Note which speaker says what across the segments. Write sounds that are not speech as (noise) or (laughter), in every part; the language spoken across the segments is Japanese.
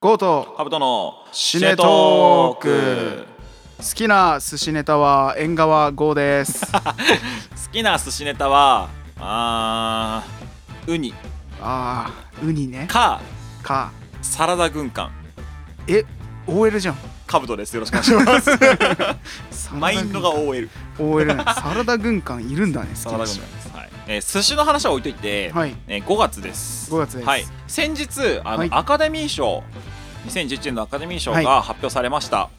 Speaker 1: ゴート
Speaker 2: カブトの
Speaker 1: シネトーク好きな寿司ネタは縁側ゴーです
Speaker 2: (laughs) 好きな寿司ネタはあーウニ
Speaker 1: あーウニね
Speaker 2: か
Speaker 1: か
Speaker 2: サラダ軍艦
Speaker 1: え OL じゃん
Speaker 2: カブトですよろしくお願いし
Speaker 1: (laughs)
Speaker 2: ますマインドが OL
Speaker 1: OL なんだサラダ軍艦いるんだね好き
Speaker 2: (laughs) サラダ
Speaker 1: な
Speaker 2: 軍
Speaker 1: 人
Speaker 2: 艦です、はいえー寿司の話は置いといて、
Speaker 1: はい
Speaker 2: えー5月です
Speaker 1: 5月です
Speaker 2: はい、先日あの、
Speaker 1: はい
Speaker 2: アカデミー賞2011年のアカデミー賞
Speaker 1: はい
Speaker 2: が発表されました、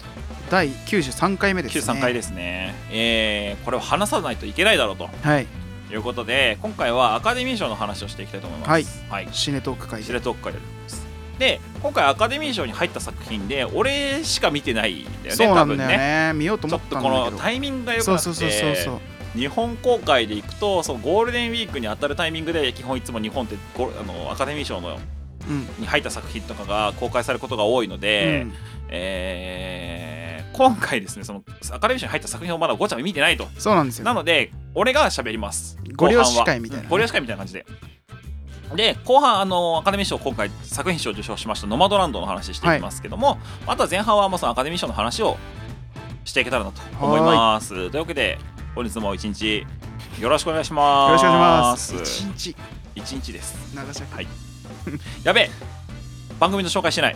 Speaker 1: 第93回目ですね
Speaker 2: 93回ですね、えーこれを話さないといけないだろうと
Speaker 1: はい
Speaker 2: いうことで今回はアカデミー賞の話をしていきたいと思います、
Speaker 1: はい
Speaker 2: はい、
Speaker 1: シネトーク会
Speaker 2: 知
Speaker 1: で
Speaker 2: 床会でございますで今回アカデミー賞に入った作品で俺しか見てないんだよね
Speaker 1: そうな
Speaker 2: 多
Speaker 1: ん
Speaker 2: 分
Speaker 1: だ
Speaker 2: ね
Speaker 1: よね見ようと
Speaker 2: ち
Speaker 1: 思
Speaker 2: ょ
Speaker 1: っ
Speaker 2: っと
Speaker 1: たん
Speaker 2: こ
Speaker 1: だ
Speaker 2: の
Speaker 1: けど
Speaker 2: タイミングが良く
Speaker 1: そ
Speaker 2: な
Speaker 1: う
Speaker 2: っ
Speaker 1: そうそうそう
Speaker 2: て
Speaker 1: そう
Speaker 2: 日本公開で行くとそのゴールデンウィークに当たるタイミングで基本いつも日本ってゴあのアカデミー賞の
Speaker 1: うん、
Speaker 2: に入った作品とかが公開されることが多いので、
Speaker 1: うん
Speaker 2: えー今回ですねそのアカデミー賞に入った作品をまだごちゃ見てないと
Speaker 1: そうなんですよ
Speaker 2: なので俺が喋ります
Speaker 1: ご了
Speaker 2: 後半は
Speaker 1: 承会みたいなね
Speaker 2: うんご了承会みたいな感じでで後半あのアカデミー賞今回作品賞を受賞しました「ノマドランド」の話していきますけども、あとは前半はまあそのアカデミー賞の話をしていけたらなと思いますというわけで本日も一日よろしくお願いします
Speaker 1: よろしくお願いします一日
Speaker 2: 一日です
Speaker 1: 長尺
Speaker 2: はいやべえ番組の紹介してない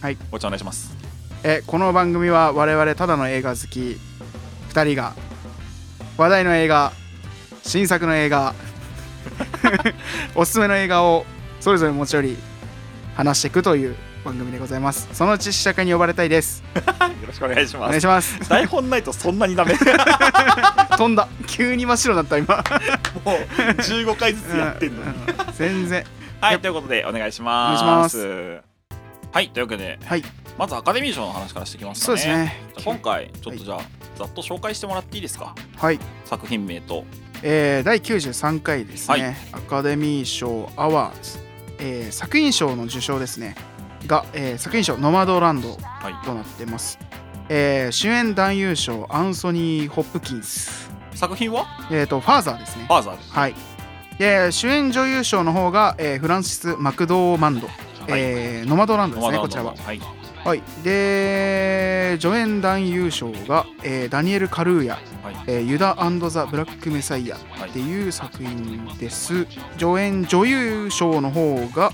Speaker 1: はい
Speaker 2: ごちお願いします
Speaker 1: えこの番組は我々ただの映画好き2人が話題の映画新作の映画 (laughs) おすすめの映画をそれぞれ持ち寄り話していくという番組でございますそのうち試写会に呼ばれたいです
Speaker 2: よろしくお願いし
Speaker 1: お
Speaker 2: ま
Speaker 1: 願い
Speaker 2: す
Speaker 1: します
Speaker 2: 台本ないとそんなにダメ
Speaker 1: 飛んだ急に真っ白だった今
Speaker 2: もう15回ずつやってんのに
Speaker 1: うん全然
Speaker 2: は
Speaker 1: や
Speaker 2: い、
Speaker 1: っ
Speaker 2: ということでお願いします。
Speaker 1: お願いし
Speaker 2: はい、というわけで、
Speaker 1: はい
Speaker 2: まずアカデミー賞の話からしていきます
Speaker 1: そ
Speaker 2: か
Speaker 1: う
Speaker 2: ね。
Speaker 1: ですね
Speaker 2: じゃあ今回、ちょっとじゃあ、ざっと紹介してもらっていいですか
Speaker 1: はい
Speaker 2: 作品名と。
Speaker 1: えー第93回ですね、
Speaker 2: はい
Speaker 1: アカデミー賞アワーズ、えー作品賞の受賞ですねが、えー作品賞「ノマドランド
Speaker 2: はい」、
Speaker 1: となってます、えー主演男優賞アンソニー・ホップキンス、
Speaker 2: 作品は
Speaker 1: えー、とファーザーですね
Speaker 2: ファーザーです。
Speaker 1: はいで主演女優賞の方が、えーフランシス・マクドーマンド、えーノマドランドですねこちらは
Speaker 2: はい。
Speaker 1: はいで助演男優賞が、えーダニエル・カルーヤ
Speaker 2: はい。
Speaker 1: えーユダザ・ブラック・メサイア」っていう作品です助演女優賞の方が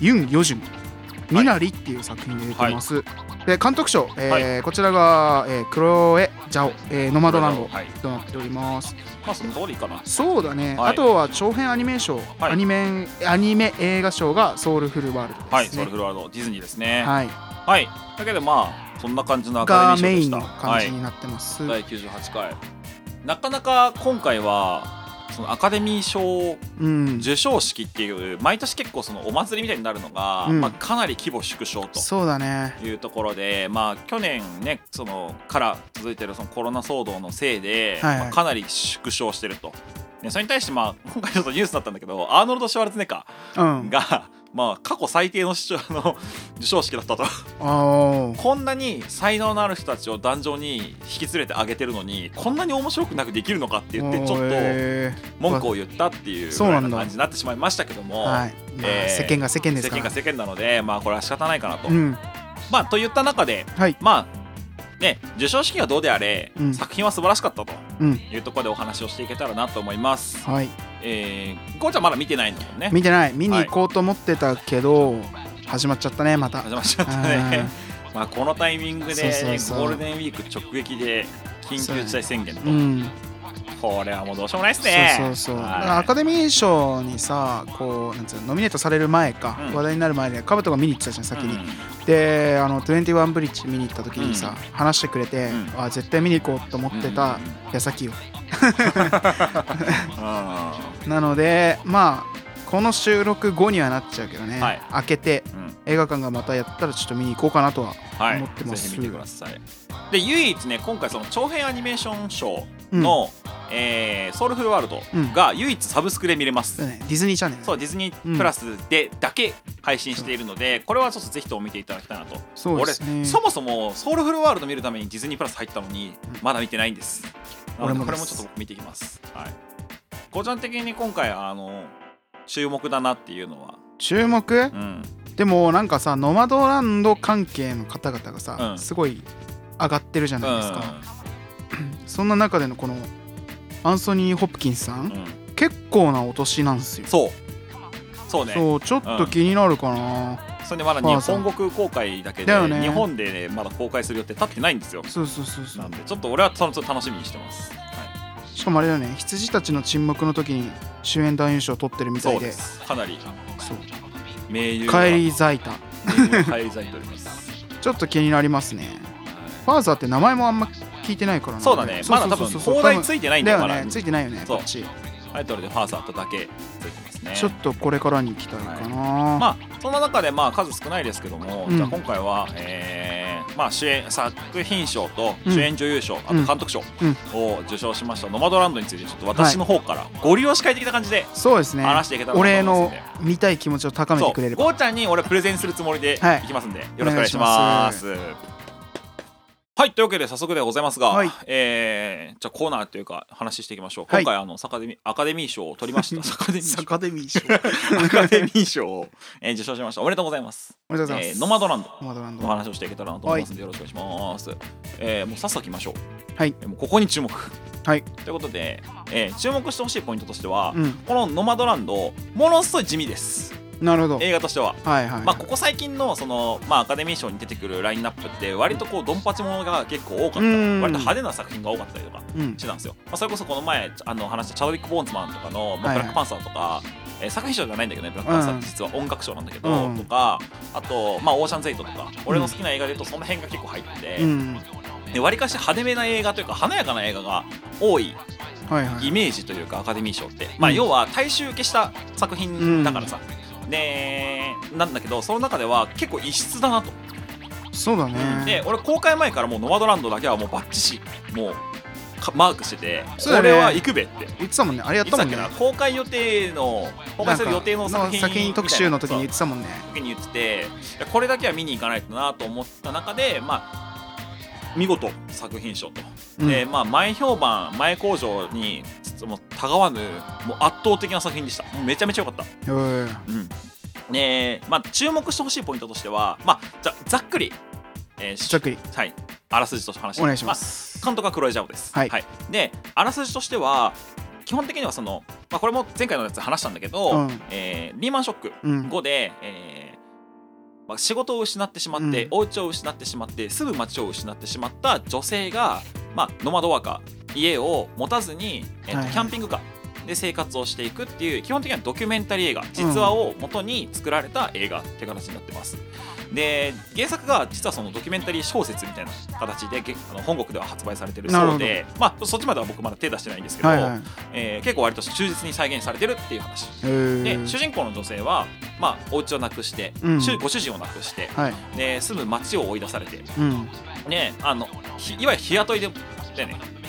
Speaker 1: ユン・ヨジュン「ミナリ」っていう作品で出てます、で監督賞、えーこちらが、えークロエ・ジャオ、えーノマドランド
Speaker 2: はい。
Speaker 1: となっております
Speaker 2: まあ、その通りかな。
Speaker 1: そうだね、
Speaker 2: はい
Speaker 1: あとは長編アニメーション、
Speaker 2: はい
Speaker 1: アニメアニメ映画賞がソウルフルワールド
Speaker 2: はい、
Speaker 1: です
Speaker 2: ソウル
Speaker 1: ね
Speaker 2: フルワールド、ディズニーですね。
Speaker 1: はい、
Speaker 2: はい。だけど、まあ、そんな感じのアカ
Speaker 1: が
Speaker 2: デ
Speaker 1: メイ
Speaker 2: ミー賞
Speaker 1: ンの
Speaker 2: でした。は
Speaker 1: 感じ
Speaker 2: い。
Speaker 1: になってます、
Speaker 2: 第98回。なかなか今回は、そのアカデミー賞
Speaker 1: うん
Speaker 2: 授賞式っていう毎年結構そのお祭りみたいになるのが、
Speaker 1: うん
Speaker 2: まあ、かなり規模縮小と
Speaker 1: そうだね
Speaker 2: いうところで、まあ、去年ねそのから続いてるそのコロナ騒動のせいで、
Speaker 1: はいはい
Speaker 2: まあかなり縮小してると、ね、それに対して、まあ、今回ちょっとニュースだったんだけどアーノルド・シュワルツェネッカ
Speaker 1: うん
Speaker 2: ーが、まあ、過去最低の主張の (laughs) 授賞式だったと
Speaker 1: あ
Speaker 2: こんなに才能のある人たちを壇上に引き連れてあげてるのにこんなに面白くなくできるのかって言ってちょっと文句を言ったっていう
Speaker 1: そうなんだ
Speaker 2: 感じになってしまいましたけども。
Speaker 1: はいまあ
Speaker 2: えー
Speaker 1: 世間が世間ですか
Speaker 2: 世間
Speaker 1: ら
Speaker 2: が世間なのでまあこれは仕方ないかなと、
Speaker 1: うん
Speaker 2: まあといった中で
Speaker 1: はい
Speaker 2: まあね授賞式はどうであれ、
Speaker 1: うん
Speaker 2: 作品は素晴らしかったと
Speaker 1: うん
Speaker 2: いうところでお話をしていけたらなと思います
Speaker 1: はい
Speaker 2: えー、こうちゃんまだ見てないんだもんね
Speaker 1: 見てない見に行こうと思ってたけど、始まっちゃったねまた
Speaker 2: 始まっちゃったね (laughs) まあこのタイミングで、
Speaker 1: そうそうそう
Speaker 2: ゴールデンウィーク直撃で緊急事態宣言と、
Speaker 1: うん、
Speaker 2: これはもうどうしようもないですね
Speaker 1: そうそうそう、だ
Speaker 2: はい
Speaker 1: からアカデミー賞にさこうなんつうのノミネートされる前か、
Speaker 2: うん
Speaker 1: 話題になる前でカブトが見に行ってたじゃん先に、
Speaker 2: うん
Speaker 1: であの21ブリッジ見に行った時にさ、話してくれて、
Speaker 2: う
Speaker 1: あ絶対見に行こうと思ってた矢先よ、
Speaker 2: うんは
Speaker 1: なのでまあこの収録後にはなっちゃうけどね、
Speaker 2: はい
Speaker 1: 開けて
Speaker 2: いうん
Speaker 1: 映画館がまたやったらちょっと見に行こうかなとは
Speaker 2: はい、
Speaker 1: 思ってます
Speaker 2: ぜひ見てください。で、唯一ね、今回その長編アニメーションショー
Speaker 1: うん
Speaker 2: の、えーソウルフルワールドが唯一サブスクで見れます。
Speaker 1: そうだねディズニーチャンネル
Speaker 2: そうディズニープラスでだけ配信しているので、これはちょっとぜひとも見ていただきたいなと、
Speaker 1: そうですね
Speaker 2: 俺そもそもソウルフルワールド見るためにディズニープラス入ったのに、
Speaker 1: うん
Speaker 2: まだ見てないんですな
Speaker 1: 俺
Speaker 2: の
Speaker 1: も
Speaker 2: でこ
Speaker 1: で
Speaker 2: れ
Speaker 1: す
Speaker 2: もちょっと僕見ていきますはいごちゃん的に今回あの注目だなっていうのは
Speaker 1: 注目
Speaker 2: うん
Speaker 1: でもなんかさノマドランド関係の方々がさ、
Speaker 2: うん
Speaker 1: すごい上がってるじゃ
Speaker 2: うん
Speaker 1: ないですか、そんな中でのこのアンソニー・ホプキンスさん、
Speaker 2: うん
Speaker 1: 結構なお年なんですよ
Speaker 2: そうそうね
Speaker 1: そうちょっと気になるかな、
Speaker 2: それでまだ
Speaker 1: まあ
Speaker 2: 日本国公開だけ
Speaker 1: だよ
Speaker 2: で、
Speaker 1: ね
Speaker 2: 日本で、ね、まだ公開する予定立ってないんですよ
Speaker 1: そうそうそうそ
Speaker 2: な
Speaker 1: うん
Speaker 2: でちょっと俺はそのちょっと楽しみにしてます、は
Speaker 1: しかもあれだよね羊たちの沈黙の時に主演男優賞を取ってるみ
Speaker 2: い、
Speaker 1: た
Speaker 2: そ
Speaker 1: いう
Speaker 2: で
Speaker 1: です
Speaker 2: かなり
Speaker 1: そう
Speaker 2: 名優
Speaker 1: カエリー・ザイタ
Speaker 2: 帰り咲いております、
Speaker 1: (laughs) ちょっと気になりますね
Speaker 2: はい
Speaker 1: ファーザーって名前もあんま聞いてないから
Speaker 2: そうだねまだ多分放題ついてないんだ
Speaker 1: だ
Speaker 2: よま
Speaker 1: よ
Speaker 2: だ
Speaker 1: ねついてないよね
Speaker 2: そう
Speaker 1: こっち
Speaker 2: タイトルでファーザーとだけついてますね
Speaker 1: ちょっとこれからに期待かな、
Speaker 2: まあそんな中でまあ数少ないですけども、
Speaker 1: うん
Speaker 2: じゃあ今回は、えーまあ、主演作品賞と
Speaker 1: うん
Speaker 2: 主演女優賞、あと監督賞
Speaker 1: うん
Speaker 2: を受賞しました「ノマドランド」についてちょっと私の方からご利用司会的な感じで
Speaker 1: そうですね
Speaker 2: 話していけたらと思
Speaker 1: 俺
Speaker 2: いますん
Speaker 1: の
Speaker 2: で、
Speaker 1: 見たい気持ちを高め
Speaker 2: そ
Speaker 1: て
Speaker 2: う
Speaker 1: くれれば
Speaker 2: ゴーちゃんに俺プレゼンするつもりで
Speaker 1: はい
Speaker 2: いきますんで、よろしくお願いします。はいというわけで早速ではございますが、
Speaker 1: はい
Speaker 2: えーじゃあコーナーというか話していきましょう
Speaker 1: は
Speaker 2: 今
Speaker 1: い
Speaker 2: 回あのサカデミアカデミー賞を取りま (laughs) したサ
Speaker 1: (laughs)
Speaker 2: カデミー賞
Speaker 1: カデミー賞
Speaker 2: (laughs) アカデミー賞を、えー受賞しましたおめでとうございます
Speaker 1: おめでとうございます、
Speaker 2: えーノマドランド
Speaker 1: ノマドランド
Speaker 2: の話をしていけたらなと思いますので、よろしくお願いします、えーもうさっさと行きましょう
Speaker 1: はい
Speaker 2: えーもうここに注目
Speaker 1: はい
Speaker 2: ということで、えー注目してほしいポイントとしては、
Speaker 1: うん
Speaker 2: このノマドランドものすごい地味です
Speaker 1: なるほど
Speaker 2: 映画としては
Speaker 1: はいはい、
Speaker 2: まあ、ここ最近のその、まあ、アカデミー賞に出てくるラインナップって割とこうドンパチものが結構多かった
Speaker 1: う
Speaker 2: 割と
Speaker 1: ん
Speaker 2: 派手な作品が多かったりとか
Speaker 1: うん
Speaker 2: してたんですよ、まあ、それこそこの前あの話したチャドウィック・ボーンズマンとかの、ま
Speaker 1: は
Speaker 2: あ、
Speaker 1: いはい
Speaker 2: ブラックパンサーとか、えー作品賞じゃないんだけどねブラックパンサーって実は音楽賞なんだけど、
Speaker 1: うん
Speaker 2: とかあと、まあ、オーシャンズエイトとか俺の好きな映画で言うとその辺が結構入って
Speaker 1: う
Speaker 2: て
Speaker 1: ん
Speaker 2: で割かし派手めな映画というか華やかな映画が多い
Speaker 1: はいは
Speaker 2: イ
Speaker 1: い
Speaker 2: メージというかアカデミー賞って、まあ、
Speaker 1: うん
Speaker 2: 要は大衆受けした作品だからさ、でなんだけどその中では結構異質だなと、
Speaker 1: そうだね
Speaker 2: で俺公開前からもうノマドランドだけはもうバッチシもうかマークしてて、
Speaker 1: そうだ
Speaker 2: こ
Speaker 1: ね
Speaker 2: れは行くべって。
Speaker 1: 言ってたもんねあれやっ
Speaker 2: いつ
Speaker 1: た
Speaker 2: だ
Speaker 1: も
Speaker 2: っ
Speaker 1: ん
Speaker 2: け
Speaker 1: ね
Speaker 2: な公開予定の公開する予定の作
Speaker 1: なん
Speaker 2: 品
Speaker 1: か作品特集の時に言ってたもんね
Speaker 2: 時に言ってていやこれだけは見に行かないとなと思った中でまあ見事作品賞と、
Speaker 1: うん
Speaker 2: でまあ前評判前工場にもうたがわぬもう圧倒的な作品でしたもうめちゃめちゃ良かった
Speaker 1: うん
Speaker 2: うんねまあ注目してほしいポイントとしてはまあざざっくり、えーし
Speaker 1: ざっくり
Speaker 2: はいあらすじとして話、
Speaker 1: お願いします
Speaker 2: まあ監督はクロエジャオです、
Speaker 1: はい
Speaker 2: であらすじとしては基本的にはその、まあ、これも前回のやつで話したんだけ
Speaker 1: う
Speaker 2: ど、
Speaker 1: ん
Speaker 2: えーリーマンショック
Speaker 1: うん
Speaker 2: 後で、えーまあ、仕事を失ってしまって、
Speaker 1: うん
Speaker 2: お家を失ってしまってすぐ町を失ってしまった女性が、まあ、ノマドワーカー家を持たずに、えーと
Speaker 1: はいはい
Speaker 2: キャンピングカーで生活をしていくっていう基本的にはドキュメンタリー映画実話を元に作られた映画って形になってます。で原作が実はそのドキュメンタリー小説みたいな形でげあの本国では発売されてるそうで、まあ、そっちまでは僕まだ手出してないんですけど、
Speaker 1: はいはい
Speaker 2: えー結構割と忠実に再現されてるっていう話
Speaker 1: えー
Speaker 2: で主人公の女性は、まあ、お家をなくして、
Speaker 1: うん
Speaker 2: 主ご主人をなくして
Speaker 1: はい
Speaker 2: で住む町を追い出されて、
Speaker 1: うん
Speaker 2: ね、あのひいわゆる日雇いで、ね、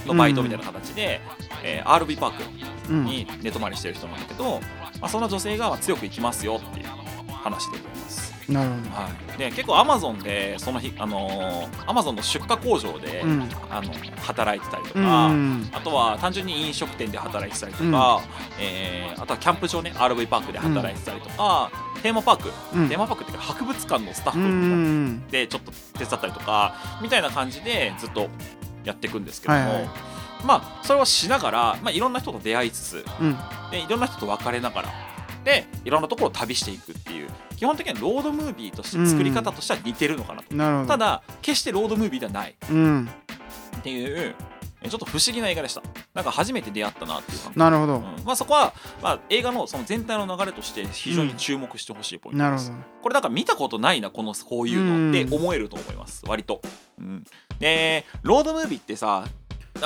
Speaker 2: のバイトみたいな形で、えー RV パーク
Speaker 1: うん
Speaker 2: に寝泊まりしてる人なんだけど、まあ、そんな女性が強く行きますよっていう話でございます。
Speaker 1: なるほ
Speaker 2: はい、で結構アマゾンでその日、あのー、アマゾンの出荷工場で、
Speaker 1: どうん
Speaker 2: あの働いてたりとか。
Speaker 1: うん
Speaker 2: あとは単純に飲食店で働いてたりとか、えーあとはキャンプ場ね RV パークで働いてたりとか、テーマパーク、
Speaker 1: うん
Speaker 2: テーマパークっていうか博物館のスタ
Speaker 1: う
Speaker 2: ッフ
Speaker 1: ん
Speaker 2: でちょっと手伝ったりとかみたいな感じでずっとやっていくんですけども、
Speaker 1: はいはい
Speaker 2: まあそれをしながら、まあ、いろんな人と出会いつつ
Speaker 1: うん
Speaker 2: でいろんな人と別れながらでいろんなところを旅していくっていう基本的にはロードムービーとして作り方としては似てるのかなと、
Speaker 1: なるほど
Speaker 2: ただ決してロードムービーではない
Speaker 1: うん
Speaker 2: っていうえちょっと不思議な映画でしたなんか初めて出会ったなっていう感じ
Speaker 1: なるほど
Speaker 2: うんまあ、そこは、まあ、映画のその全体の流れとして非常に注目してほしいポイン
Speaker 1: な
Speaker 2: ト
Speaker 1: るほ
Speaker 2: です、
Speaker 1: ど
Speaker 2: これだから見たことないなこのこういう
Speaker 1: う
Speaker 2: の
Speaker 1: ん
Speaker 2: って思えると思います割と、うん、でロードムービーってさ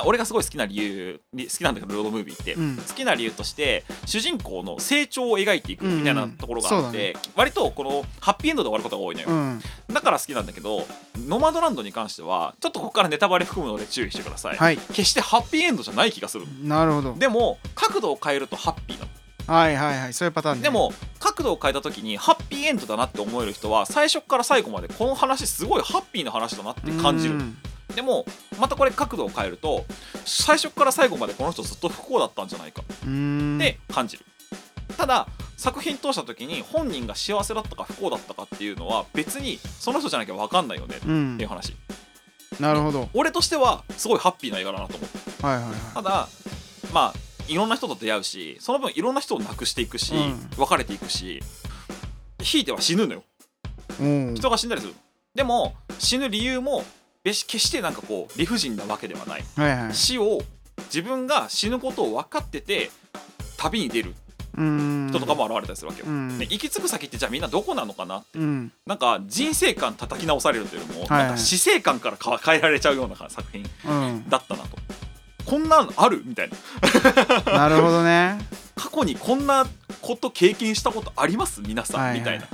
Speaker 2: 俺がすごい好きな理由り好きなんだけどロードムービーって、
Speaker 1: うん
Speaker 2: 好きな理由として主人公の成長を描いていくみたいなところが
Speaker 1: うん
Speaker 2: あ
Speaker 1: そ
Speaker 2: っ
Speaker 1: う
Speaker 2: て、
Speaker 1: だね
Speaker 2: 割とこのハッピーエンドで終わることが多いのよ、
Speaker 1: うん
Speaker 2: だから好きなんだけどノマドランドに関してはちょっとここからネタバレ含むので注意してください、
Speaker 1: はい
Speaker 2: 決してハッピーエンドじゃない気がする
Speaker 1: なるほど
Speaker 2: でも角度を変えるとハッピーなの
Speaker 1: はいはいはいそういうパターンね
Speaker 2: でも角度を変えた時にハッピーエンドだなって思える人は最初から最後までこの話すごいハッピーな話だなって感じ
Speaker 1: う
Speaker 2: る
Speaker 1: ん
Speaker 2: でもまたこれ角度を変えると最初から最後までこの人ずっと不幸だったんじゃないか
Speaker 1: うん
Speaker 2: って感じるただ作品通した時に本人が幸せだったか不幸だったかっていうのは別にその人じゃなきゃ分かんないよねっ
Speaker 1: うん
Speaker 2: ていう話
Speaker 1: なるほど
Speaker 2: 俺としてはすごいハッピーな映画だなと思って
Speaker 1: はいはいはい
Speaker 2: ただまあいろんな人と出会うしその分いろんな人を亡くしていくし、
Speaker 1: うん
Speaker 2: 別れていくしひいては死ぬのよ
Speaker 1: うん
Speaker 2: 人が死んだりするでも死ぬ理由も別決してなんかこう理不尽なわけではない
Speaker 1: はいはい
Speaker 2: 死を自分が死ぬことを分かってて旅に出る
Speaker 1: うん
Speaker 2: 人とかも現れたりするわけよ、
Speaker 1: うん
Speaker 2: で行き着く先ってじゃあみんなどこなのかな
Speaker 1: うん
Speaker 2: なんか人生観叩き直されるというより
Speaker 1: は
Speaker 2: も、
Speaker 1: い
Speaker 2: なんか死生観からか変えられちゃうような作品
Speaker 1: うん
Speaker 2: だったなとこんなんあるみたいな
Speaker 1: なるほどね
Speaker 2: 過去にこんなこと経験したことあります皆さん、
Speaker 1: はいはい
Speaker 2: みたいな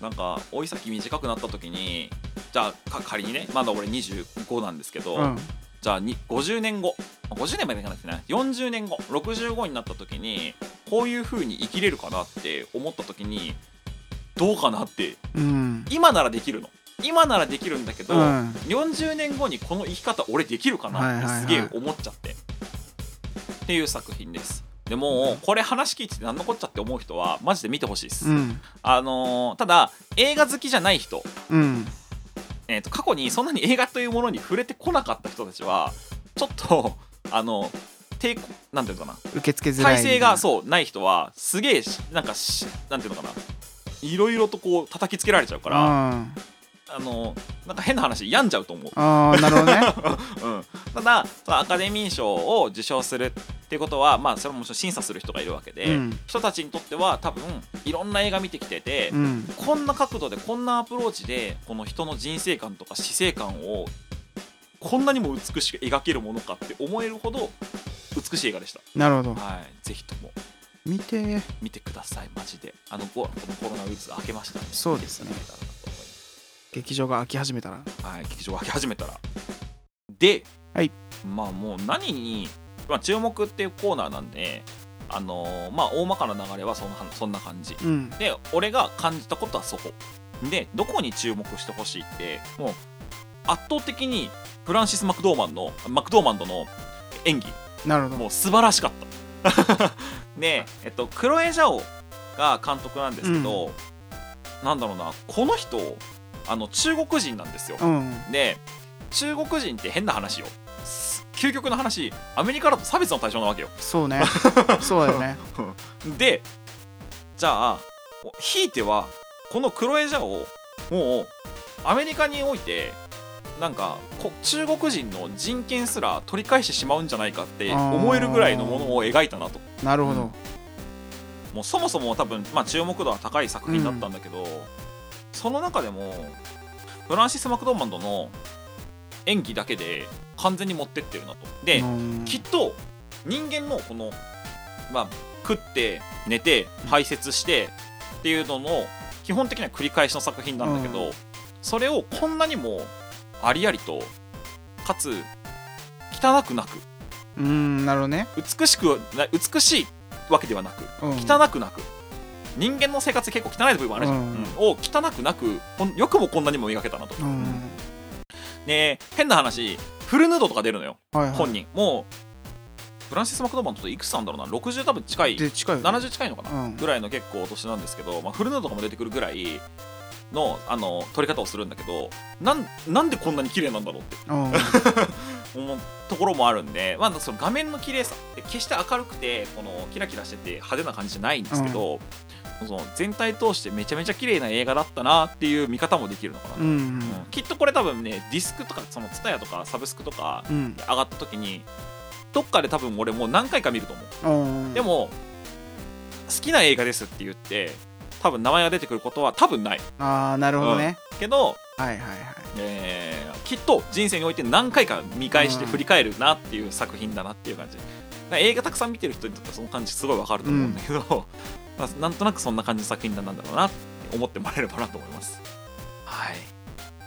Speaker 2: なんか老い先短くなった時にじゃあか仮にねまだ俺25なんですけど、
Speaker 1: うん
Speaker 2: じゃあに50年後50年までいかなくてね40年後65になった時にこういう風に生きれるかなって思った時にどうかなって
Speaker 1: うん
Speaker 2: 今ならできるの今ならできるんだけど、
Speaker 1: うん
Speaker 2: 40年後にこの生き方俺できるかなってすげえ思っちゃって、っていう作品ですでもうこれ話聞いてて何のこっちゃって思う人はマジで見てほしいです、
Speaker 1: うん
Speaker 2: あのーただ映画好きじゃない人、
Speaker 1: うん
Speaker 2: えー、と過去にそんなに映画というものに触れてこなかった人たちはちょっとあの抵抗なんていうのかな
Speaker 1: 受け付けづらい
Speaker 2: 体制がそうない人はすげえしなんかしなんていうのかないろいろとこう叩きつけられちゃう
Speaker 1: う
Speaker 2: か
Speaker 1: ん
Speaker 2: ら、
Speaker 1: あ
Speaker 2: あのなんか変な話病んじゃうと思う
Speaker 1: あなるほどね
Speaker 2: うん、ただそのアカデミー賞を受賞するっていうことは、まあ、それももちろん審査する人がいるわけで、
Speaker 1: うん
Speaker 2: 人たちにとっては多分いろんな映画見てきてて、
Speaker 1: うん
Speaker 2: こんな角度でこんなアプローチでこの人の人生観とか死生観をこんなにも美しく描けるものかって思えるほど美しい映画でした、
Speaker 1: なるほど
Speaker 2: はい、ぜひとも
Speaker 1: 見て
Speaker 2: 見てくださいマジであのここのコロナウイルスが明けましたね
Speaker 1: そうですね
Speaker 2: 見ていただけたらと思います
Speaker 1: 劇場が開き始めたら
Speaker 2: はい、劇場を開き始めたら。で、
Speaker 1: はい
Speaker 2: まあもう何に、まあ、注目っていうコーナーなんで、あのーまあ大まかな流れはそんなそんな感じ。
Speaker 1: うん
Speaker 2: で、俺が感じたことはそこ。で、どこに注目してほしいって、もう圧倒的にフランシス・マクドーマンの、マクドーマンドの演技、
Speaker 1: なるほど
Speaker 2: もう素晴らしかった。 (laughs) で、えっと、クロエ・ジャオが監督なんですけど、なんだろうな、この人、あの中国人なんですよ。
Speaker 1: うん
Speaker 2: で中国人って変な話よす究極の話アメリカだと差別の対象なわけよ
Speaker 1: そう
Speaker 2: (laughs)
Speaker 1: ねそうだよね
Speaker 2: でじゃあひいてはこのクロエジャオをもうアメリカにおいてなんかこ中国人の人権すら取り返してしまうんじゃないかって思えるぐらいのものを描いたなと
Speaker 1: なるほど
Speaker 2: もうそもそも多分、まあ、注目度は高い作品だったんだけど、その中でもフランシス・マクドーマンドの演技だけで完全に持ってってるなと。で、
Speaker 1: うん
Speaker 2: きっと人間のこの、まあ、食って寝て排泄してっていうのの基本的には繰り返しの作品なんだけど、それをこんなにもありありとかつ汚くなく
Speaker 1: うんなるほどね
Speaker 2: 美しくはな美しいわけではなく
Speaker 1: うん
Speaker 2: 汚くなく人間の生活結構汚い部分もあるじゃん、
Speaker 1: うん
Speaker 2: うんを汚くなくほんよくもこんなにも磨けたなと、
Speaker 1: うん
Speaker 2: で変な話フルヌードとか出るのよ
Speaker 1: はいは
Speaker 2: 本人もうフランシス・マクドーマンドっていくつなんだろうな60多分近
Speaker 1: い
Speaker 2: い
Speaker 1: で近いよね
Speaker 2: 70近いのかな、
Speaker 1: うん
Speaker 2: ぐらいの結構お年なんですけど、まあ、フルヌードとかも出てくるぐらいのあの撮り方をするんだけどなんなんでこんなに綺麗なんだろうって
Speaker 1: うん
Speaker 2: (laughs) 思うところもあるんで、まあ、その画面の綺麗さって決して明るくてこのキラキラしてて派手な感じじゃないんですけど、その全体通してめちゃめちゃ綺麗な映画だったなっていう見方もできるのかな、
Speaker 1: う
Speaker 2: うん
Speaker 1: ん
Speaker 2: きっとこれ多分ねディスクとかそのツタヤとかサブスクとか
Speaker 1: うん
Speaker 2: 上がった時にどっかで多分俺もう何回か見ると思
Speaker 1: う
Speaker 2: う、
Speaker 1: ん
Speaker 2: でも好きな映画ですって言って多分名前が出てくることは多分ない
Speaker 1: ああなるほどね
Speaker 2: けど、
Speaker 1: はいはいはい
Speaker 2: えーきっと人生において何回か見返して振り返るなっていう作品だなっていう感じだから映画たくさん見てる人にとってはその感じすごいわかると思うんだけど、 (laughs) まあなんとなくそんな感じの作品なんだろうなって思ってもらえればなと思いますはい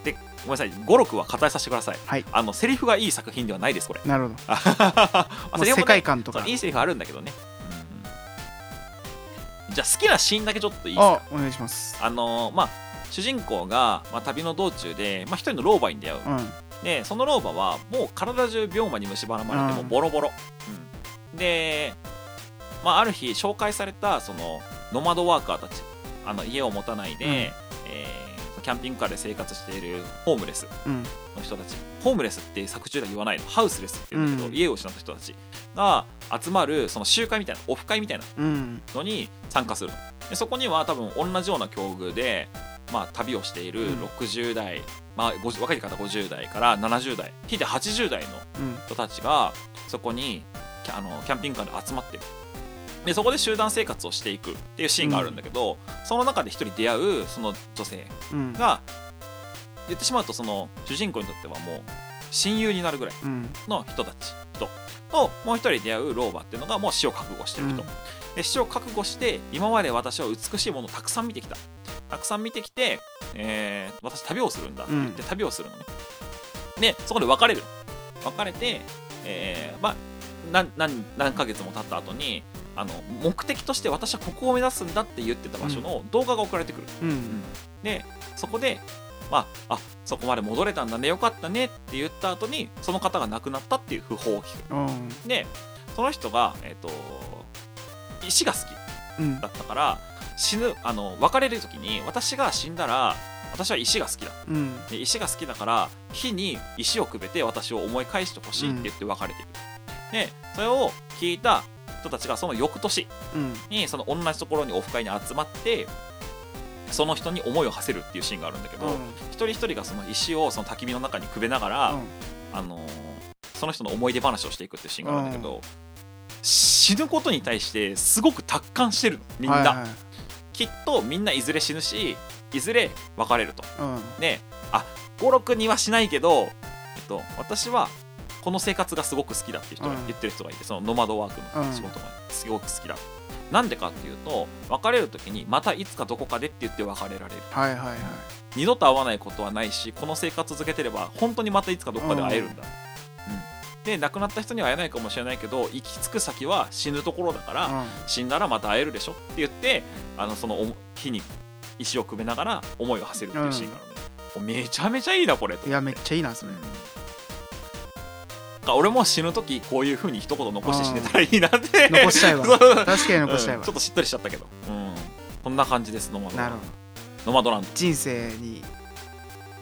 Speaker 2: でごめんなさい56は語りさせてください、
Speaker 1: はい
Speaker 2: あのセリフがいい作品ではないですこれ (laughs)
Speaker 1: なるほど
Speaker 2: あ
Speaker 1: まあ
Speaker 2: セリフもね
Speaker 1: 世界観とか
Speaker 2: そういいセリフあるんだけどね、じゃあ好きなシーンだけちょっといいです
Speaker 1: あ
Speaker 2: か
Speaker 1: お願いします
Speaker 2: あのーまあ主人公が、まあ、旅の道中で、まあ、一人の老婆に出会う、
Speaker 1: うん
Speaker 2: でその老婆はもう体中病魔に蝕まれても
Speaker 1: うん
Speaker 2: うボロボロ、うんで、まあ、ある日紹介されたそのノマドワーカーたちあの家を持たないで、
Speaker 1: うん
Speaker 2: えーキャンピングカーで生活しているホームレス
Speaker 1: うん
Speaker 2: の人たちホームレスって作中では言わないのハウスレスって言うんだけど、
Speaker 1: うん
Speaker 2: 家を失った人たちが集まるその集会みたいなオフ会みたいな
Speaker 1: うん
Speaker 2: のに参加するでそこには多分同じような境遇で、まあ、旅をしている
Speaker 1: うん
Speaker 2: 60代、まあ、50若い方50代から70代ひいて80代の
Speaker 1: うん
Speaker 2: 人たちがそこにキャあのキャンピングカーで集まってるでそこで集団生活をしていくっていうシーンがあるんだけど、その中で一人出会うその女性
Speaker 1: うん
Speaker 2: が言ってしまうとその主人公にとってはもう親友になるぐらい
Speaker 1: うん
Speaker 2: の人たち人ともう一人出会う老婆っていうのがもう死を覚悟してる人、
Speaker 1: うん
Speaker 2: で死を覚悟して今まで私は美しいものをたくさん見てきたたくさん見てきて、えー私旅をするんだって言って旅をするのね、でそこで別れる別れて、えーまあ何何何ヶ月も経った後にあの目的として私はここを目指すんだって言ってた場所の動画が送られてくる、
Speaker 1: うん
Speaker 2: でそこで、まあ、あそこまで戻れたんだねよかったねって言った後にその方が亡くなったっていう訃報を聞く
Speaker 1: うん
Speaker 2: でその人が、えっと石が好き
Speaker 1: うん
Speaker 2: だったから死ぬあの別れる時に私が死んだら私は石が好きだ
Speaker 1: うん
Speaker 2: で石が好きだから火に石をくべて私を思い返してほしいって言って別れている、でそれを聞いた人たちがその翌年
Speaker 1: うん
Speaker 2: にその同じところにオフ会に集まってその人に思いを馳せるっていうシーンがあるんだけど、一人一人がその石をその焚き火の中にくべながら、
Speaker 1: うん
Speaker 2: あのーその人の思い出話をしていくっていうシーンがあるんだけど、死ぬことに対してすごく達観してるみんな、
Speaker 1: はいはい
Speaker 2: きっとみんないずれ死ぬしいずれ別れると
Speaker 1: うん
Speaker 2: であ五六にはしないけど、えっと、私はこの生活がすごく好きだっていう人が、
Speaker 1: うん
Speaker 2: 言ってる人がいてそのノマドワークの仕事がすごく好きだ、なんでかっていうと別れる時にまたいつかどこかでって言って別れられる
Speaker 1: はいはいはい
Speaker 2: 二度と会わないことはないしこの生活続けてれば本当にまたいつかどこかで会えるんだ、うんで亡くなった人には会えないかもしれないけど行き着く先は死ぬところだから、死んだらまた会えるでしょって言ってあのそのお火に石をくべながら思いを馳せるっていうシーンがあるのね、もうめちゃめちゃいいなこれと
Speaker 1: うんいやめっちゃいいなそ
Speaker 2: うん
Speaker 1: れ
Speaker 2: なんか俺も死ぬ時こういうふうに一言残して死ねたらいいなって
Speaker 1: 残したいわ
Speaker 2: (laughs) そう
Speaker 1: 確かに残したい
Speaker 2: うん
Speaker 1: わ
Speaker 2: ちょっとしっとりしちゃったけど、うん、こんな感じですノマド
Speaker 1: な
Speaker 2: ラン
Speaker 1: るほど
Speaker 2: ドノマドランド
Speaker 1: 人生に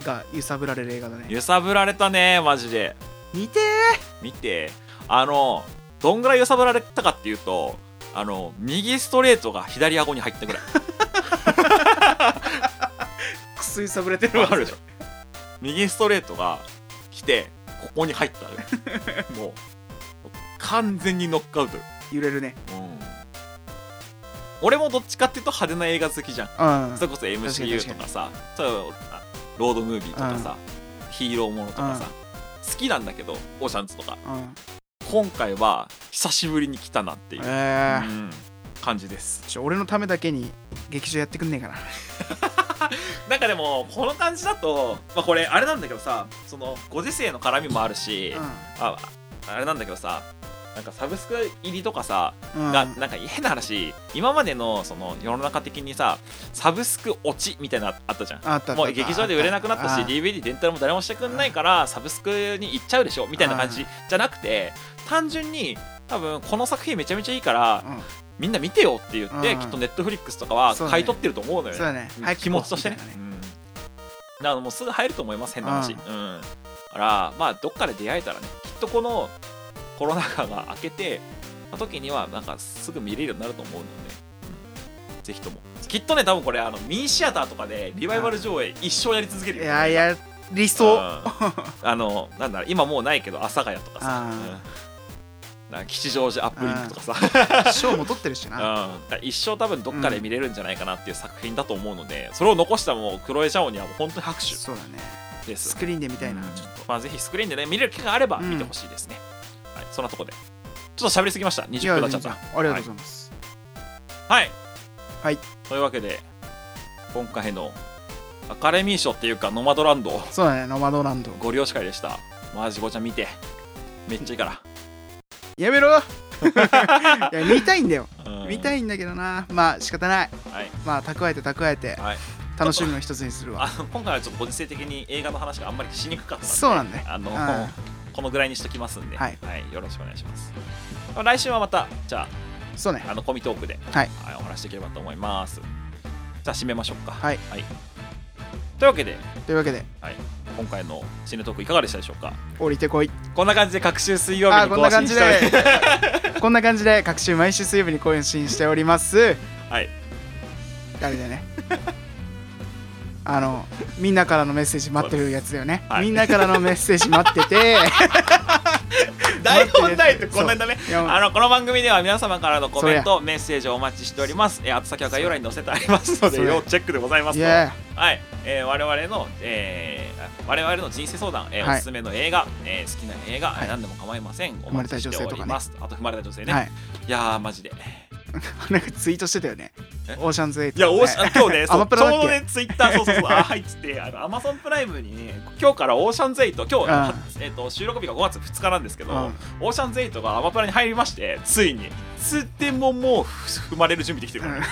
Speaker 1: が揺さぶられる映画だね
Speaker 2: 揺さぶられたねマジで
Speaker 1: 見て
Speaker 2: 見てあのどんぐらい揺さぶられたかっていうとあの右ストレートが左顎に入 (laughs) ったぐらい
Speaker 1: ーくす揺さぶれてるわ
Speaker 2: あるでしょ右ストレートが来てここに入ったぐらい (laughs) もう完全にノックアウトよ、
Speaker 1: 揺れるね
Speaker 2: うん俺もどっちかっていうと派手な映画好きじゃん
Speaker 1: うん
Speaker 2: それこそ MCU とかさそうあロードムービーとかさ、ヒーローものとかさ、好きなんだけどオーシャンズとか
Speaker 1: うん
Speaker 2: 今回は久しぶりに来たなっていう、
Speaker 1: えー
Speaker 2: うん感じです
Speaker 1: ちょ俺のためだけに劇場やってくんねえかな
Speaker 2: なんかでもこの感じだと、まあ、これあれなんだけどさそのご時世の絡みもあるし、ああれなんだけどさなんかサブスク入りとかさ、
Speaker 1: うん
Speaker 2: がなんか変な話今までのその世の中的にさサブスク落ちみたいなのあったじゃん
Speaker 1: あったあったあった
Speaker 2: もう劇場で売れなくなったし
Speaker 1: あ
Speaker 2: DVD レンタルも誰もしてくんないからサブスクに行っちゃうでしょみたいな感じじゃなくて単純に多分この作品めちゃめちゃいいから
Speaker 1: うん
Speaker 2: みんな見てよって言って
Speaker 1: うん
Speaker 2: きっと Netflix とかは買い取ってると思うのよね
Speaker 1: そうだね
Speaker 2: うん気持ちとしてね
Speaker 1: みたいな。
Speaker 2: うんだからもうすぐ入ると思います、変な話。う
Speaker 1: うん
Speaker 2: ん。だから、まあ、どっかで出会えたらね、きっとこのコロナ禍が明けて、の時には、なんかすぐ見れるようになると思うので、うんぜひとも。きっとね、多分これ、あのミニシアターとかでリバイバル上映、一生やり続ける
Speaker 1: い
Speaker 2: よ。
Speaker 1: やいや理
Speaker 2: そう
Speaker 1: 想
Speaker 2: ん。あの、なんだろう、今もうないけど、阿佐ヶ谷とかさ、
Speaker 1: あー
Speaker 2: うんなんか吉祥寺アップリンクとかさ、
Speaker 1: 賞も取ってるし
Speaker 2: うん、だ
Speaker 1: な
Speaker 2: から一生多分どっかで見れるんじゃないかなっていう作品だと思うので、それを残したもうクロエ・ジャオにはもう本当に拍手
Speaker 1: そうだね
Speaker 2: で
Speaker 1: ス
Speaker 2: す。
Speaker 1: クリーンで見たいな
Speaker 2: うん
Speaker 1: ちょっ
Speaker 2: まあ、ぜひスクリーンでね見れる機会があれば
Speaker 1: うん
Speaker 2: 見てほしいですね、はい、そんなとこでちょっと喋りすぎました
Speaker 1: と
Speaker 2: 20分経っちゃっ
Speaker 1: い
Speaker 2: た
Speaker 1: や全然ありがとうございます
Speaker 2: はい、
Speaker 1: はい
Speaker 2: というわけで今回のアカデミー賞っていうかノマドランド
Speaker 1: そうだねノマドランド
Speaker 2: ご利用し会でしたマジゴちゃん見てめっちゃいいか
Speaker 1: やめろ (laughs) いや見たいんだよ
Speaker 2: ら、
Speaker 1: 見た
Speaker 2: い
Speaker 1: いんだけどなまあ仕方ない
Speaker 2: はい、
Speaker 1: まあ蓄えて蓄えて
Speaker 2: はい、
Speaker 1: 楽しみの一つにするわ
Speaker 2: あの今回はちょっとご時世的に映画の話があんまりしにくかったんで
Speaker 1: そうなんだよ
Speaker 2: あの
Speaker 1: うん
Speaker 2: このぐらいにしときますんで、
Speaker 1: はい
Speaker 2: よろしくお願いします来週はまたじゃあ
Speaker 1: そうね
Speaker 2: あのコミトークで、
Speaker 1: はい
Speaker 2: お話しできればと思います。じゃあ締めましょうか。
Speaker 1: はい
Speaker 2: というわけで
Speaker 1: というわけで
Speaker 2: 今回のシネトークいかがでしたでしょうか
Speaker 1: 降りてこい
Speaker 2: こんな感じで各週水曜日
Speaker 1: あ
Speaker 2: に
Speaker 1: こんな
Speaker 2: 更
Speaker 1: 感
Speaker 2: 新
Speaker 1: じ
Speaker 2: しております。
Speaker 1: で (laughs) こんな感じで各週毎週水曜日に更新しております
Speaker 2: (laughs) はい
Speaker 1: 誰でねあのみんなからのメッセージ待ってるやつだよね、
Speaker 2: はい
Speaker 1: みんなからのメッセージ待って
Speaker 2: (laughs)
Speaker 1: て
Speaker 2: 台本ないとこんなんだね
Speaker 1: いや
Speaker 2: あのこの番組では皆様からのコメントメッセージをお待ちしておりますえー宛先は概要欄に載せてありますの
Speaker 1: そ
Speaker 2: で
Speaker 1: うや
Speaker 2: 要チェックでございます
Speaker 1: い
Speaker 2: と
Speaker 1: や
Speaker 2: はい、えー我々の、えー我々の人生相談、えー
Speaker 1: はい
Speaker 2: おすすめの映画、えー好きな映画、
Speaker 1: はい
Speaker 2: 何でも構いません。お
Speaker 1: まれ
Speaker 2: 待
Speaker 1: た
Speaker 2: ちしております。あと、踏まれた女性ね。、
Speaker 1: はいい
Speaker 2: やー、マジで。
Speaker 1: なんかツイートしてたよね
Speaker 2: え
Speaker 1: オーシャンズエイト
Speaker 2: いや、オーシャン、今
Speaker 1: (laughs)
Speaker 2: 日ね、
Speaker 1: ア
Speaker 2: そ
Speaker 1: マ
Speaker 2: うち
Speaker 1: プ
Speaker 2: ょ
Speaker 1: ラ
Speaker 2: う
Speaker 1: だっ
Speaker 2: ど
Speaker 1: け
Speaker 2: ね、ツイッター、そうそう
Speaker 1: (laughs)
Speaker 2: そう、あーはいっつって、あの、アマゾンプライムにね、今日からオーシャンズエイト、今日、
Speaker 1: あ
Speaker 2: えっ、と、収録日が5月2日なんですけど、
Speaker 1: うん
Speaker 2: オーシャンズエイトがアマプラに入りまして、ついに、つってももうふ踏まれる準備できてるからね、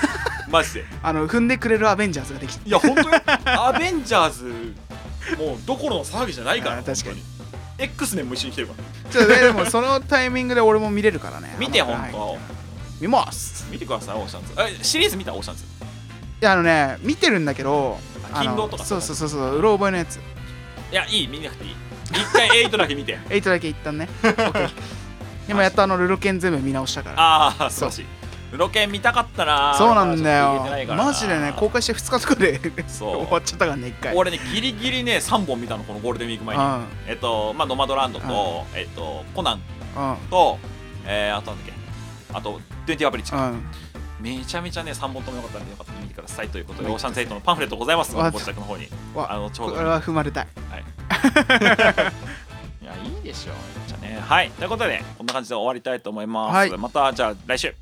Speaker 2: マジで。
Speaker 1: あの踏んでくれるアベンジャーズができて
Speaker 2: いや、本当よ。アベンジャーズ、もうどころの騒ぎじゃないから、
Speaker 1: あー確かに
Speaker 2: 本当に。X 年も一緒に来てるから。
Speaker 1: ちょっとねでもそのタイミングで俺も見れるからね
Speaker 2: 見て、
Speaker 1: あの
Speaker 2: 本当、
Speaker 1: はい見ます
Speaker 2: 見てください、オーシャンズ。え、シリーズ見た、オーシャンズ。
Speaker 1: いやあのね見てるんだけど
Speaker 2: あ
Speaker 1: あの
Speaker 2: 勤労とか
Speaker 1: そうそうそうそううろ覚えのやつ
Speaker 2: いや、いい、見なくていい。一回8だけ見て。
Speaker 1: エイトだけ一旦
Speaker 2: (laughs)
Speaker 1: ね OK でもやっとあのルロケン全部見直したから
Speaker 2: ああ、素晴らしい。ロケ見たかったな。
Speaker 1: そうなんだ
Speaker 2: ちょっと言えてないか
Speaker 1: よ
Speaker 2: ら
Speaker 1: マジでね公開して2日とかで終
Speaker 2: そ
Speaker 1: わっちゃったからね一回
Speaker 2: う。俺ね、ギリギリね、3本見たの、このゴールデンウィーク前
Speaker 1: う
Speaker 2: に。
Speaker 1: ん
Speaker 2: えっと、まあ、ノマドランドと、えっと、コナンと、えー、あとなんだっけ。あと、20アブリッジ
Speaker 1: う
Speaker 2: か。
Speaker 1: んうん
Speaker 2: めちゃめちゃね、3本ともよかったんで、よかったら見てくださいということで、
Speaker 1: はい
Speaker 2: オーシャンセイトのパンフレットございますので、
Speaker 1: わ
Speaker 2: ご自宅の方に。
Speaker 1: わ
Speaker 2: あの、ちょ
Speaker 1: こ
Speaker 2: うど
Speaker 1: れ。は踏まれたい
Speaker 2: いや、いいでしょう。じゃあね。はい。ということで、こんな感じで終わりたいと思います。
Speaker 1: はい
Speaker 2: また、じゃあ、来週。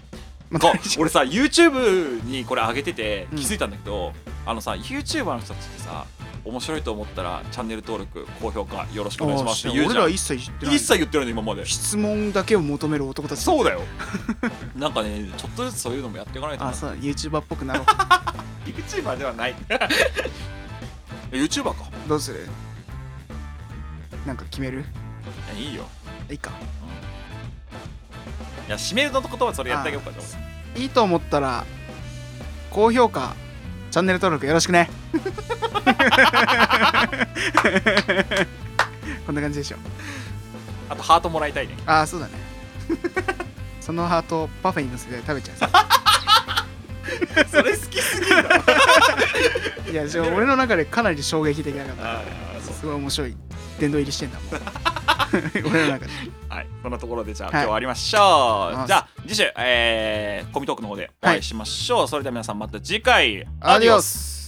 Speaker 1: ま
Speaker 2: そ
Speaker 1: た
Speaker 2: う俺さ YouTube にこれ上げてて
Speaker 1: うん
Speaker 2: 気づいたんだけど、あのさ YouTuber の人たちってさ面白いと思ったらチャンネル登録高評価よろしくお願いしますって言う
Speaker 1: 俺
Speaker 2: じゃ
Speaker 1: ら
Speaker 2: ん
Speaker 1: 一切言ってない
Speaker 2: 一切言ってないの今
Speaker 1: (laughs)
Speaker 2: まで
Speaker 1: 質問だけを求める男たち
Speaker 2: そうだよ (laughs) なんかねちょっとずつそういうのもやっていかないと
Speaker 1: あ
Speaker 2: な
Speaker 1: そう YouTuber っぽくなろう
Speaker 2: YouTuber ではない (laughs) え YouTuber か
Speaker 1: どうするなんか決める
Speaker 2: いやいいよ
Speaker 1: いいか
Speaker 2: いや締めの言葉それやってあげようかじゃあ
Speaker 1: いいと思ったら高評価チャンネル登録よろしくね (laughs) こんな感じでしょ
Speaker 2: あとハートもらいたいね
Speaker 1: ああそうだね (laughs) そのハートをパフェにのせて食べちゃうさ
Speaker 2: それ好きすぎる
Speaker 1: いやじゃあ俺の中でかなり衝撃的なかった
Speaker 2: ああそう
Speaker 1: すごい面白い殿堂入りしてんだもん (laughs) 俺の中で
Speaker 2: はい、そんなところでじゃあ、
Speaker 1: はい
Speaker 2: 今日は終わりましょう。
Speaker 1: はい
Speaker 2: じゃあ次週、えー、コミトークの方でお会いしましょう。それでは皆さんまた次回
Speaker 1: アディオス